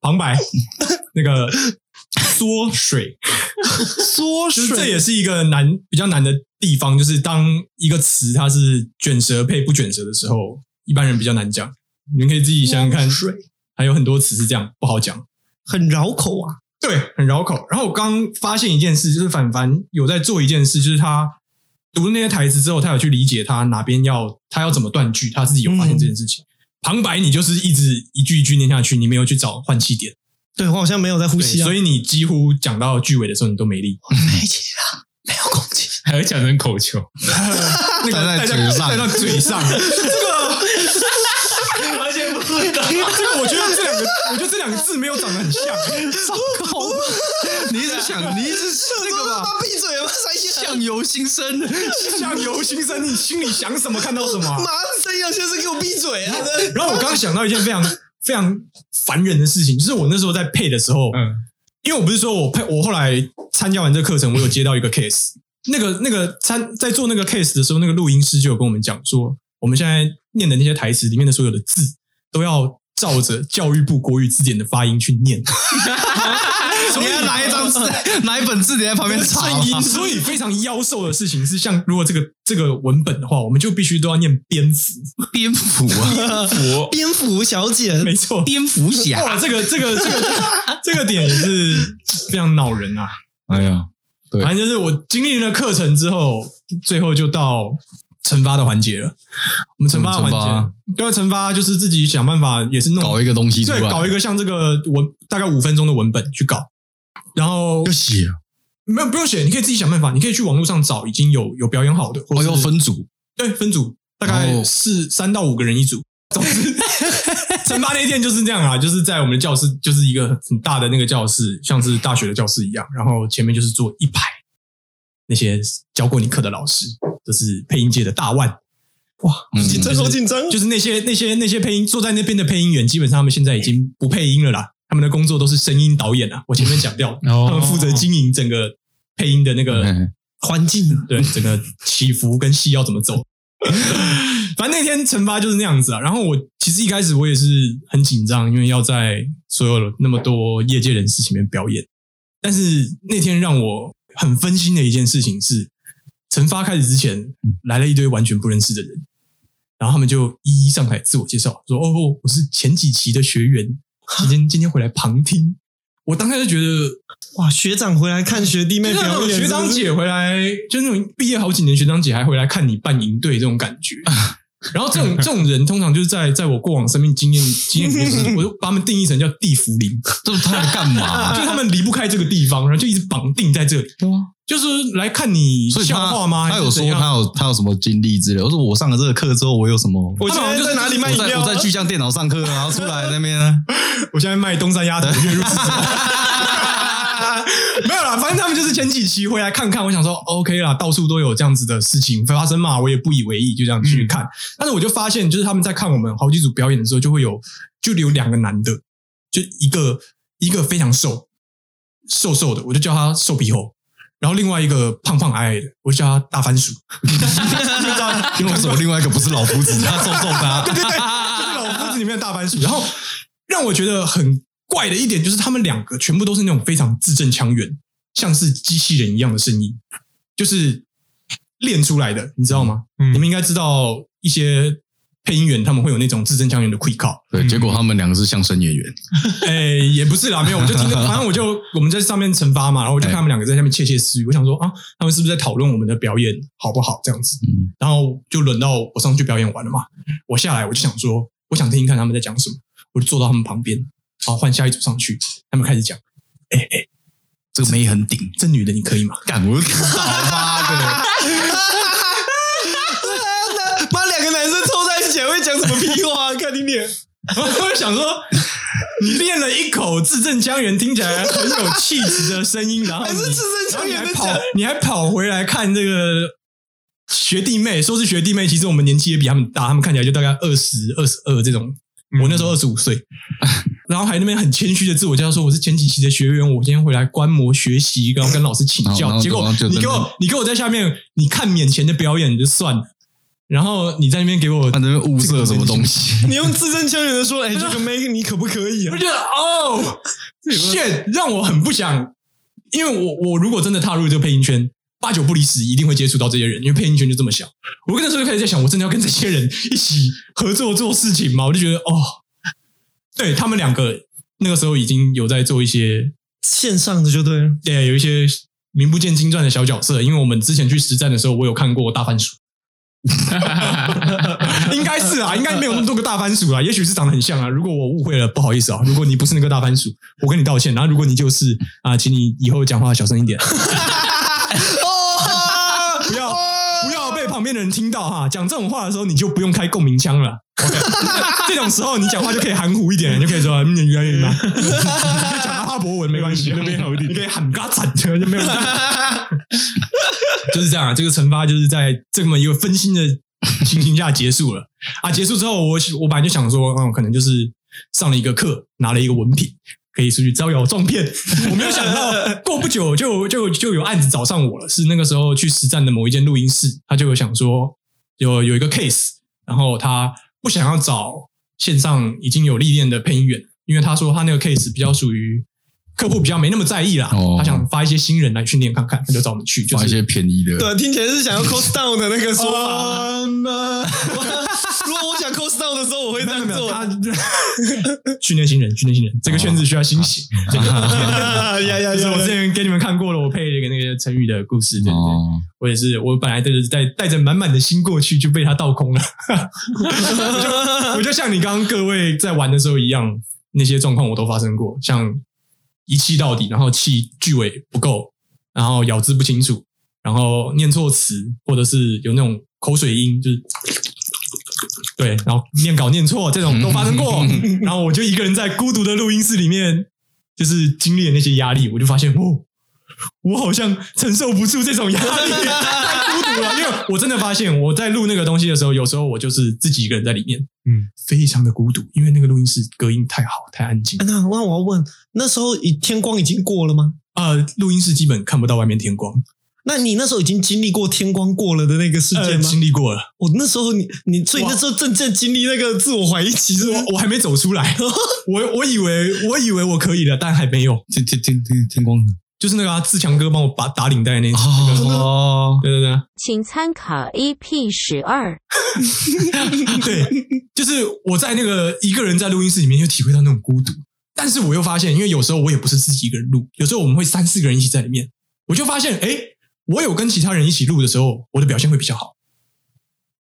C: 旁白那个缩水，
D: <laughs> 缩
C: 就是这
D: 水，
C: 也是一个难比较难的地方，就是当一个词它是卷舌配不卷舌的时候，一般人比较难讲。你们可以自己想想看，
D: 水
C: 还有很多词是这样不好讲。
D: <laughs> 很绕口啊！
C: 对，很绕口。然后我刚发现一件事，就是凡凡有在做一件事，就是他读了那些台词之后，他有去理解他哪边要他要怎么断句，他自己有发现这件事情。旁白你就是一直一句一句念下去，你没有去找换气点，
D: 对我好像没有在呼
C: 对
D: 吸啊，
C: 所以你几乎讲到句尾的时候你都没力。
D: 没气啊，没有空气。
E: 还会讲成口球？
C: 那个
B: 戴在
C: 戴
B: 嘴上
C: 戴到嘴上，这个。 <laughs> 这个我觉得这两个，我觉得这两个字没有长得很像。 <laughs>
B: 你一直想，你一直 <laughs>
D: 这
B: 那个吧？
D: 闭嘴吧，三
B: 相由心生，
C: 相由心生，你心里想什么看到什么啊、
D: 马上山羊先生给我闭嘴啊！
C: 然后我刚刚想到一件非常非常烦人的事情，就是我那时候在配的时候，
E: 嗯，
C: 因为我不是说我配，我后来参加完这个课程，我有接到一个 case，那个那个参在做那个 case 的时候，那个录音师就有跟我们讲说，我们现在念的那些台词里面的所有的字都要。照着教育部国语字典的发音去
B: <laughs>
C: 念，
B: 你要拿一张字， <laughs> 拿一本字典在旁边啊查
C: 正音，所以非常妖兽的事情是，像如果这个这个文本的话，我们就必须都要念蝙蝠，
B: 蝙蝠 <laughs> 啊，
E: 我
D: 蝙蝠小姐，
C: 没错，
B: 蝙蝠侠，
C: <laughs> 哇，这个这个这个这个点也是非常恼人啊！
E: 哎呀，
B: 对
C: 反正就是我经历了课程之后，最后就到惩罚的环节了。我们惩罚的环
B: 怎么
C: 节，对，啊惩罚就是自己想办法，也是弄
B: 嗯搞一个啊东西出
C: 对，
B: 来，
C: 搞一个像这个文大概五分钟的文本去搞，然后
A: 要写啊，
C: 没有不用写，你可以自己想办法，你可以去网络上找已经有有表演好的，或
B: 哦，
C: 者
B: 要
C: 是
B: 分组，
C: 对分组，大
B: 然
C: 概
B: 后
C: 四三到五个人一组。总 <laughs> 之，惩罚那一天就是这样啊，就是在我们的教室，就是一个很大的那个教室，像是大学的教室一样，然后前面就是坐一排那些教过你课的老师，就是配音界的大腕，
B: 嗯
D: 紧张好紧张，
C: 就是那些那些那些配音坐在那边的配音员，基本上他们现在已经不配音了啦，他们的工作都是声音导演啊。我前面讲掉，
E: 哦
C: 他们负责经营整个配音的那个
B: 嗯
C: 环境，对整个起伏跟戏要怎么走。 <laughs> 反正那天惩罚就是那样子啊。然后我其实一开始我也是很紧张，因为要在所有的那么多业界人士前面表演。但是那天让我很分心的一件事情是，惩罚开始之前来了一堆完全不认识的人，然后他们就一一上台自我介绍，说：“哦，哦我是前几期的学员，今天今天回来旁听。”我当时就觉得
D: 哇，学长回来看学弟妹
C: 就是那
D: 表
C: 种
D: 演，
C: 学长姐回来，就那种毕业好几年学长姐还回来看你办营队这种感
B: <laughs>
C: 觉。然后这种这种人，通常就是在在我过往生命
B: <laughs>
C: 经验经验里面，就是我就把他们定义成叫地福林，
B: 这他在干 <laughs> 嘛？
C: 就他们离不开这个地方，然后就一直绑定在这里。就是来看你
B: 啊所以
C: 笑
B: 他
C: 话吗？
B: 他有说
C: 还是怎样
B: 他有他有什么经历之类？我说我上了这个课之后，我有什么？
D: 我现在在哪里卖
B: 我
D: 饮
B: 在
D: 料
B: 我
D: 啊？
B: 在巨匠电脑上课，然后出来那边呢，
C: 我现在卖东山鸭头月入四十万没有啦，反正他们就是前几期回来看看，我想说 OK 啦，到处都有这样子的事情发生嘛，我也不以为意，就这样继续看。但是我就发现，就是他们在看我们好几组表演的时候，就会有就有两个男的，就一个一个非常瘦瘦瘦的，我就叫他瘦皮猴。然后另外一个胖胖矮矮的，我就叫他大番薯，
B: 因为为什么另外一个不是老夫子，他揍揍他，
C: 对对对，就是老夫子里面的大番薯。然后让我觉得很怪的一点就是，他们两个全部都是那种非常字正腔圆，像是机器人一样的声音，就是练出来的，你知道吗？
E: 嗯
C: 你们应该知道一些配音员他们会有那种字正腔圆的 quick call，
B: <laughs> 对，结果他们两个是相声演员，
C: 哎，也不是啦，没有，我就听着，反正我就我们在上面惩罚嘛，然后我就看他们两个在下面窃窃私语，我想说啊，他们是不是在讨论我们的表演好不好这样子？
B: 嗯
C: 然后就轮到我上去表演完了嘛，我下来我就想说，我想听听看他们在讲什么，我就坐到他们旁边，然后换下一组上去，他们开始讲，哎哎，
B: 这个妹很顶，
C: 这女的你可
B: <laughs>
C: 以吗？
B: 干我就知道妈的，
D: 妈，两个男生凑在一起还会讲什么屁
C: 啊
D: 话？看你脸，
C: 我就想说，你练了一口字正腔圆，听起来很有气质的声音，然后
D: 还是
C: 你
D: 字正腔
C: 然后你
D: 圆
C: 还
D: 的
C: 跑
D: 讲。，
C: 你还跑回来看这个学弟妹，说是学弟妹，其实我们年纪也比他们大，他们看起来就大概二十二、十二这种。我那时
B: 嗯
C: 候二十五岁，然后还那边很谦虚的自我介绍说我是前几期的学员，我今天回来观摩学习，然后跟老师请
B: 哦然后然
C: 教。
B: 后
C: 结果
B: 然后就
C: 你
B: 真
C: 给
B: 的
C: 我，你给我在下面，你看免钱的表演就算了，然后你在那边给我
B: 他，那边物色什么东西，
D: <laughs> 你用字正腔圆的说，哎，这个妹你可不可以啊
C: 我？觉得哦，shit，让我很不想，因为我我如果真的踏入这个配音圈，八九不离十，一定会接触到这些人，因为配音圈就这么小。我跟那时候就开始在想，我真的要跟这些人一起合作做事情吗？我就觉得哦，对他们两个那个时候已经有在做一些，
D: 线上的就对了。
C: 呃，有一些名不见经传的小角色，因为我们之前去实战的时候，我有看过大番薯。 <laughs> 应该是啊，应该没有那么多个大番薯啦，也许是长得很像啊。如果我误会了，不好意思啊。如果你不是那个大番薯，我跟你道歉。然后如果你就是啊，请你以后讲话小声一点，
D: 哦，
C: 不要不要被旁边的人听到哈。讲这种话的时候，你就不用开共鸣腔了。OK，这 <laughs> 种时候你讲话就可以含糊一点，你就可以说嗯，原来原来，你 <laughs> 就讲阿拉伯文没关系，那边好一点，你可以喊嘎惨，就没有人。就是这样啊。这个惩罚就是在这么一个分心的情形下结束了啊。结束之后我，我本来就想说，嗯，可能就是上了一个课，拿了一个文凭，可以出去招摇撞骗。我没有想到，过不久就就就有案子找上我了，是那个时候去实战的某一间录音室，他就有想说有有一个 case，然后他不想要找线上已经有历练的配音员，因为他说他那个 case 比较属于客户比较没那么在意啦，
B: 哦
C: 他想发一些新人来训练看看，他就找我们去，就
B: 发一
C: 是。
B: 些便宜的，
D: 对，啊听起来是想要 cost down 的那个说法。
C: 嗯呃
D: 如果我想 cost down 的时候，我会这样做。
C: 他训练新人，训练新人，这个圈子需要新血。
D: 呀啊呀呀！
C: <laughs> 就是我之前给你们看过了，我配了一个那个陈宇的故事，对不对？
B: 哦
C: 我也是，我本来就是带带着满满的心过去，就被他倒空了。 <laughs> 我就我就像你刚刚各位在玩的时候一样，那些状况我都发生过，像一气到底，然后气句尾不够，然后咬字不清楚，然后念错词，或者是有那种口水音，就是对，然后念稿念错这种都发生过。 <laughs> 然后我就一个人在孤独的录音室里面，就是经历了那些压力，我就发现哦，我好像承受不住这种压力， <laughs> 太孤独啊了。因为我真的发现我在录那个东西的时候，有时候我就是自己一个人在里面，
E: 嗯，
C: 非常的孤独，因为那个录音室隔音太好，太安静。
D: 那那我要问，那时候已天光已经过了吗？
C: 呃，录音室基本看不到外面天光，
D: 那你那时候已经经历过天光过了的那个事
C: 呃，
D: 件吗？哦
C: 经历过了，
D: 我那时候你你，所以
C: 哇
D: 那时候正正经历那个自我怀疑期，
B: 嗯
D: 是吗？
C: 我我还没走出来， <laughs> 我我以为我以为我可以了，但还没有。
B: 天天天天天光
C: 就是那个、啊、志强哥帮我把打领带那一次，
B: 哦，
C: 对对对啊，
G: 请参考 EP 十二。
C: 对，
B: <laughs>
C: 就是我在那个一个人在录音室里面，又体会到那种孤独。但是我又发现，因为有时候我也不是自己一个人录，有时候我们会三四个人一起在里面，我就发现，哎，我有跟其他人一起录的时候，我的表现会比较好。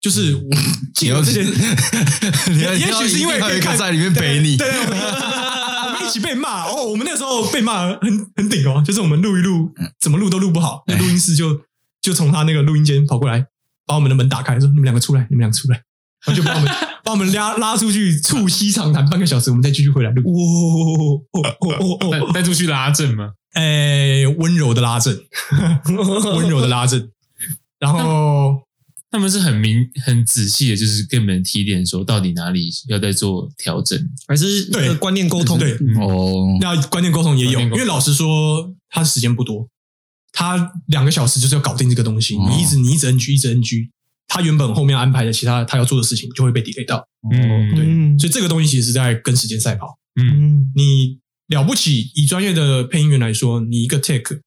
C: 就是我
B: 嗯你
C: 借
B: 要
C: 由这件，
B: 你要
C: 也也许是因为
B: 还有一
C: 可以
B: 个
C: 看
B: 在里面陪你，
C: 对，我们 <laughs> 我们一起被骂哦。我们那时候被骂很很顶哦，就是我们录一录，怎么录都录不好，那录音师就就从他那个录音间跑过来，把我们的门打开，说：“你们两个出来，你们两个出来。”然后就把我们把我们拉拉出去促膝长谈半个小时，我们再继续回来录。哇哦哦哦哦！
E: 带带出去拉正嘛，
C: 哎，温柔的拉正，温柔的拉正，然后。
E: 他们是很明很仔细的，就是跟你们提点说到底哪里要再做调整。
D: 还是
C: 对
D: 呃观念沟通？
C: 对，
E: 嗯
B: 哦，
C: 那观念沟通也有，
E: 观
C: 因
E: 念沟通
C: 为老实说，他时间不多，他两个小时就是要搞定这个东西。
B: 哦
C: 你一直你一直 NG 一直 NG，他原本后面安排的其他他要做的事情就会被 delay 到，
B: 哦
E: 嗯，
C: 对
D: 嗯
C: 所以这个东西其实是在跟时间赛跑。
D: 嗯，
C: 你了不起，以专业的配音员来说，你一个 take，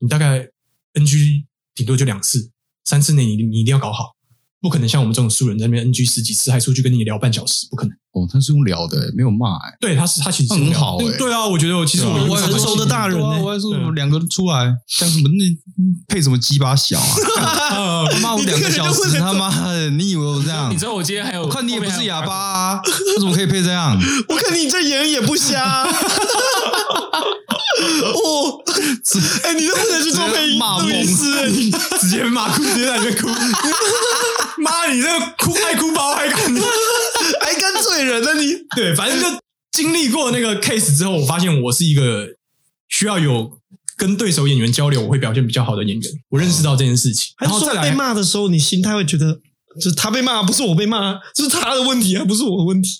C: 你大概 NG 顶多就两次，三次内你你一定要搞好，不可能像我们这种素人在那边 NG 十几次还出去跟你聊半小时，不可能。
B: 哦，他是用聊的，没有骂，哎
C: 对，他是他其实是
B: 很好
C: 对
B: 欸
C: 对啊，我觉得我其实我
D: 对啊
C: 有
D: 我
C: 这
D: 也
C: 种
D: 成熟的大人
B: 对啊
D: 欸
B: 我还说我两个人出来，像什么那配什么鸡巴小啊，
C: 呃
B: 骂我两个小时，他妈的，你以为我这样
E: 你？知道我今天还有，
B: 啊我看你也不是哑巴，啊， <laughs> 为什么可以配这样？
D: 我看你这眼也不瞎
B: <laughs>
D: 啊。哦，哎，你都不能去做配音
B: 骂
D: 录音
B: 疯
D: 师哎你
C: 直接骂哭，直接在那边哭。 <laughs> 妈，你这个哭爱哭
D: <laughs>
C: 包还敢？
D: 还敢嘴人呢你？
C: 对，反正就经历过那个 case 之后，我发现我是一个需要有跟对手演员交流，我会表现比较好的演员。我认识到这件事情，
D: 还
C: 然
D: 是
C: 后
D: 说
C: 再
D: 被
C: 来，
D: 骂的时候，你心态会觉得，就是他被骂，不是我被骂，这是他的问题啊，不是我的问题。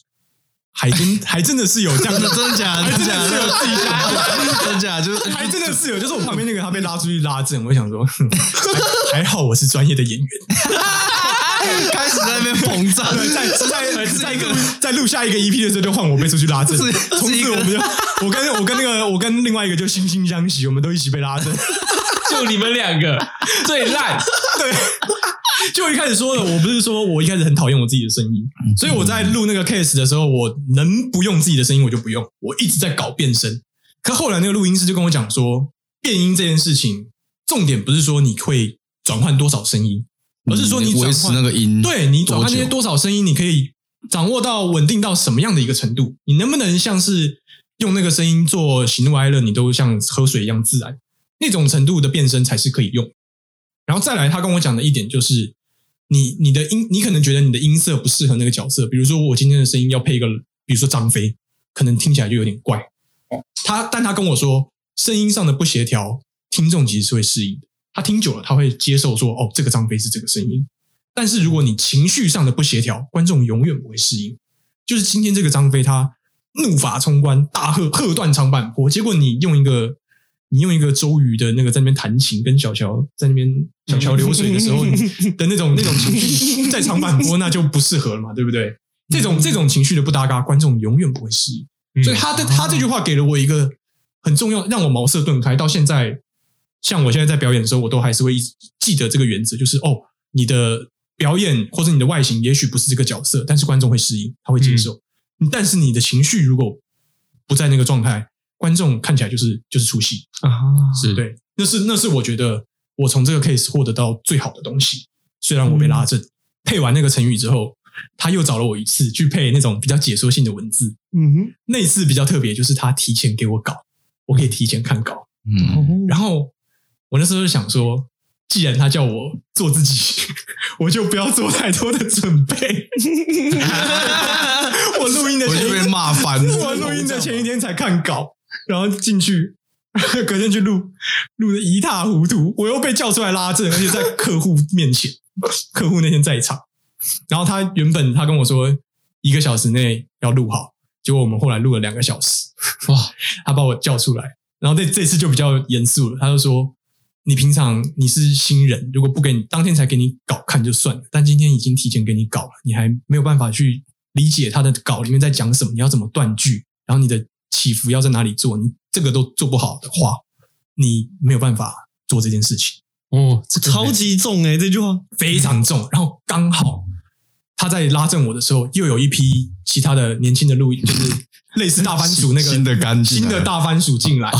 C: 还真还真的是有这样
D: <laughs>
C: 的，
B: 真假？
D: 哎
C: 还
B: 真
C: 真
B: 假
C: 的？是有自己家的。
B: 真假？就是
C: 还真的是有，就是我旁边那个他被拉出去拉正，我想说，哼
D: <laughs>
C: 还还 <laughs> 好我是专业的演员，
B: 开始在那边膨胀，
C: 对，
B: <laughs>
C: 在
B: 呃
C: 在在录在录下一个 EP 的时候，就换我被出去拉正。
B: 是
C: 从
B: 是一
C: 此
B: 个
C: 我们就，我跟我跟那个我跟另外一个就惺惺相惜，我们都一起被拉
B: <laughs>
C: 正。
E: 就你们两个最烂，
C: 就我一开始说的，我不是说我一开始很讨厌我自己的声音，
B: 嗯
C: 所以我在录那个 case 的时候，我能不用自己的声音我就不用，我一直在搞变声。可后来那个录音师就跟我讲说，变音这件事情，重点不是说你会转换多少声音，而是说你
B: 嗯
C: 转
B: 维持
C: 换
B: 那个音，
C: 对你转换
B: 多
C: 这
B: 久
C: 些多少声音，你可以掌握到稳定到什么样的一个程度？你能不能像是用那个声音做喜怒哀乐，你都像喝水一样自然？那种程度的变声才是可以用。然后再来，他跟我讲的一点就是，你你的音，你可能觉得你的音色不适合那个角色，比如说我今天的声音要配一个，比如说张飞，可能听起来就有点怪。他但他跟我说，声音上的不协调，听众其实是会适应的。他听久了他会接受说哦，这个张飞是这个声音。但是如果你情绪上的不协调，观众永远不会适应。就是今天这个张飞他怒发冲冠，大喝喝断长坂坡，结果你用一个你用一个周瑜的那个在那边弹琴，跟小乔在那边小乔流水的
D: <laughs>
C: 时候你的那种那种情绪，在长坂坡那就不适合了嘛，对不对？这种这种情绪的不搭嘎，观众永远不会适应。
E: 嗯
C: 所以他的他这句话给了我一个很重要，让我茅塞顿开。到现在，像我现在在表演的时候，我都还是会一直记得这个原则，就是哦，你的表演或者你的外形也许不是这个角色，但是观众会适应，他会接受。但是你的情绪如果不在那个状态，观众看起来就是就是出戏。
D: 啊，
E: 是
C: 对，那是那是我觉得我从这个 case 获得到最好的东西。虽然我被拉正，配完那个成语之后，他又找了我一次去配那种比较解说性的文字。
D: 嗯
C: 那一次比较特别，就是他提前给我稿，我可以提前看稿。
D: 哼，
B: 嗯，
D: 哦
C: 然后我那时候就想说，既然他叫我做自己， <laughs> 我就不要做太多的准备。我录音的
A: 我
C: 前
A: 就被
C: 一
A: 骂烦
C: 天，我录音的前一天才看稿，然后进去。 <laughs> 隔天去录，录的一塌糊涂，我又被叫出来拉正，而且在客户面前， <laughs> 客户那天在场，然后他原本他跟我说一个小时内要录好，结果我们后来录了两个小时，
E: 哇，
C: 他把我叫出来，然后这这次就比较严肃了，他就说：“你平常你是新人，如果不给你当天才给你稿看就算了，但今天已经提前给你稿了，你还没有办法去理解他的稿里面在讲什么，你要怎么断句，然后你的起伏要在哪里做，你这个都做不好的话，你没有办法做这件事情。”
E: 哦，这个
D: 超级重哎，这句话，
C: 非常重，然后刚好他在拉正我的时候，又有一批其他的年轻的录，就是类似大番薯那个
A: 新的干
D: 啊
A: 进来
C: 新的大番薯进来，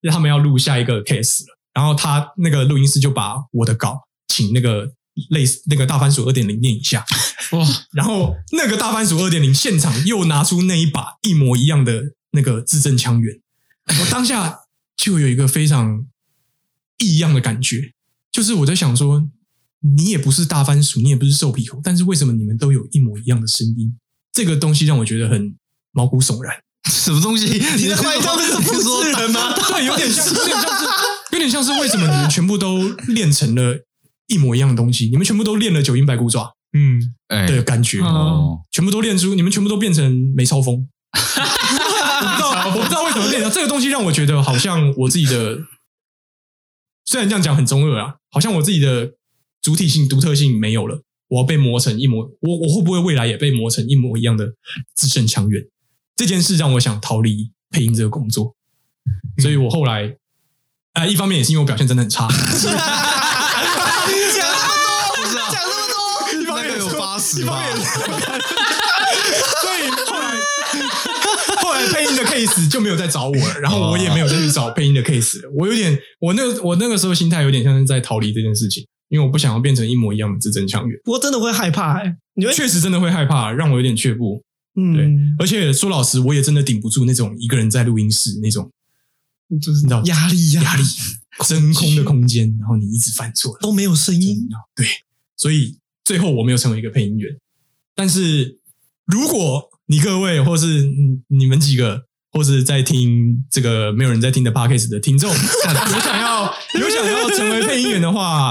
C: 因为他们要录下一个 case 了。然后他那个录音师就把我的稿请那个类似那个大番薯二点零念一下，
E: 哇，
C: 然后那个大番薯二点零现场又拿出那一把一模一样的那个字正腔圆，我当下就有一个非常异样的感觉，就是我在想说，你也不是大番薯，你也不是瘦皮猴，但是为什么你们都有一模一样的声音？这个东西让我觉得很毛骨悚然，
B: 什么东西？你
D: <laughs> 在怀疑他们是复制人吗
C: 对，有点像，有点像是，有点像是为什么你们全部都练成了一模一样的东西？你们全部都练了九阴白骨爪
E: 嗯，
B: 哎，
C: 的感觉，
B: 哦，
C: 全部都练出，你们全部都变成梅超风。我不知道，我不知道为什么变成这个东西，让我觉得好像我自己的，虽然这样讲很中二啊，好像我自己的主体性、独特性没有了，我要被磨成一模，我我会不会未来也被磨成一模一样的字正腔圆？这件事让我想逃离配音这个工作，所以我后来，啊、一方面也是因为我表现真的很差，
D: 讲那么多，
C: 一方面有八十吧。所以后来 <laughs> 后来配音的 case 就没有再找我了，然后我也没有再去找配音的 case 了。我有点，我那个我那个时候心态有点像是在逃离这件事情，因为我不想要变成一模一样的字正腔圆。
D: 我真的会害怕哎，你会，
C: 确实真的会害怕，让我有点却步。
D: 嗯，
C: 而且说老实，我也真的顶不住那种一个人在录音室那种，
D: 就是
C: 你知道
D: 压力
C: 压
D: 压
C: 力
D: 力，
C: 真空的空间，然后你一直犯错，
D: 都没有声音，
C: 对，所以最后我没有成为一个配音员。但是如果你各位或是你你们几个，或是在听这个没有人在听的 podcast 的听众，有想要有想要成为配音员的话，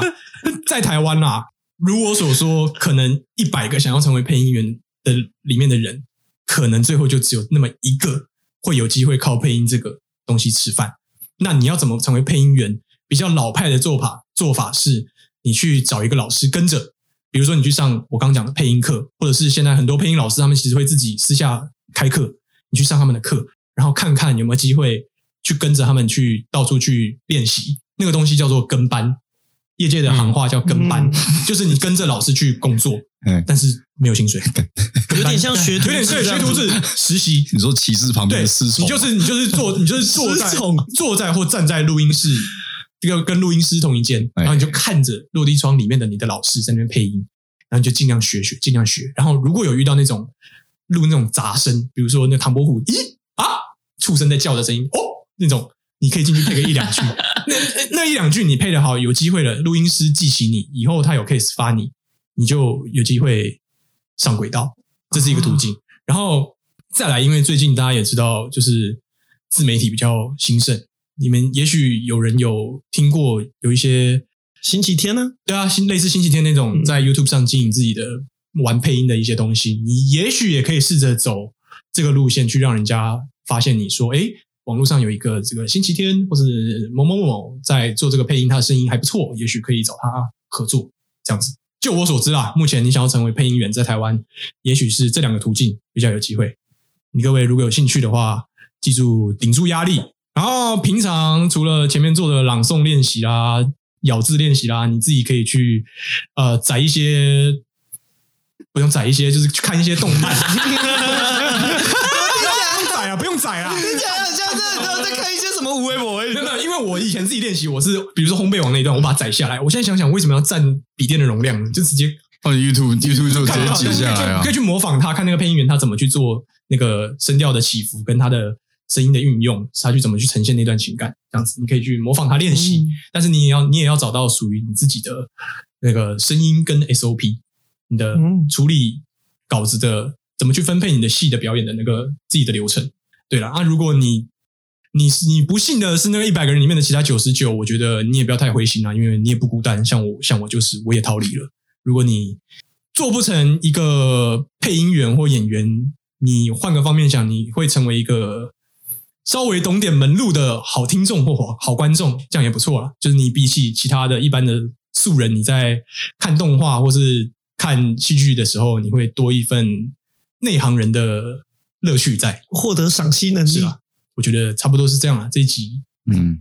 C: 在台湾啦、如我所说，可能一百个想要成为配音员的里面的人，可能最后就只有那么一个会有机会靠配音这个东西吃饭。那你要怎么成为配音员？比较老派的做法做法是，你去找一个老师跟着，比如说你去上我刚讲的配音课，或者是现在很多配音老师他们其实会自己私下开课，你去上他们的课，然后看看有没有机会去跟着他们去到处去练习。那个东西叫做跟班，业界的行话叫跟班，
D: 嗯
C: 就是你跟着老师去工作，
B: 哎
A: 嗯
C: 但是没有薪水，
D: 有点像学徒
C: 有点像学
D: <laughs>
C: 徒制实习，
A: 你说骑士旁边
C: 对，
A: 的侍从吗，
C: 你就是你就是坐你就是坐在
D: 失宠
C: 坐在或站在录音室，这个跟录音师同一间，
A: 哎
C: 然后你就看着落地窗里面的你的老师在那边配音，然后你就尽量学学，尽量学。然后如果有遇到那种录那种杂声，比如说那唐伯虎咦啊畜生在叫的声音哦那种，你可以进去配个一两句。那那那一两句你配的好，有机会了，录音师记起你，以后他有 case 发你，你就有机会上轨道，这是一个途径。然后再来，因为最近大家也知道，就是自媒体比较兴盛，你们也许有人有听过有一些
D: 星期天呢、
C: 对啊，星类似星期天那种在 YouTube 上经营自己的玩配音的一些东西，你也许也可以试着走这个路线，去让人家发现你说，诶，网络上有一个这个星期天或是某某某在做这个配音，他的声音还不错，也许可以找他合作这样子。就我所知啦，目前你想要成为配音员，在台湾，也许是这两个途径比较有机会。你各位如果有兴趣的话，记住顶住压力。然后平常除了前面做的朗诵练习啦、咬字练习啦，你自己可以去呃载一些，不用 <laughs> 载一些，就是去看一些动漫。不用啊载啊，不用载啦。
D: 你讲的像这都在看一些什么无为博
C: 真的，因为我以前自己练习，我是比如说烘焙网那一段，我把它载下来。我现在想想，为什么要占笔电的容量呢？就直接
A: 哦，YouTube
C: <laughs>
A: YouTube 就直
C: 看
A: 接
C: 到
A: 剪下来
C: 你
A: 啊
C: 可以去你可以，去模仿他，看那个配音员他怎么去做那个声调的起伏，跟他的声音的运用，他去怎么去呈现那段情感，这样子你可以去模仿他练习。但是你也要你也要找到属于你自己的那个声音跟 SOP，你的
D: 嗯
C: 处理稿子的怎么去分配你的戏的表演的那个自己的流程。对了，啊，如果你你是你不幸的是那个一百个人里面的其他九十九，我觉得你也不要太灰心啊，因为你也不孤单。像我，像我就是我也逃离了。如果你做不成一个配音员或演员，你换个方面想，你会成为一个稍微懂点门路的好听众或好观众，这样也不错啦。就是你比起其他的一般的素人，你在看动画或是看戏剧的时候，你会多一份内行人的乐趣在，
D: 获得赏析能
C: 是啊
D: 力，
C: 吧？我觉得差不多是这样啊了。这一集
B: 嗯，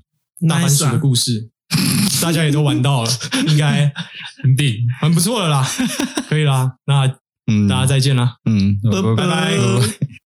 C: 大番
D: nice
C: 薯的
D: 啊
C: 故事， <laughs> 大家也都玩到了，应该
E: 肯定。
C: 很 <laughs> 不错了啦，可以啦。那
A: 嗯，
C: 大家再见啦。
A: 嗯，
D: 拜
A: 拜
C: 拜
D: 拜。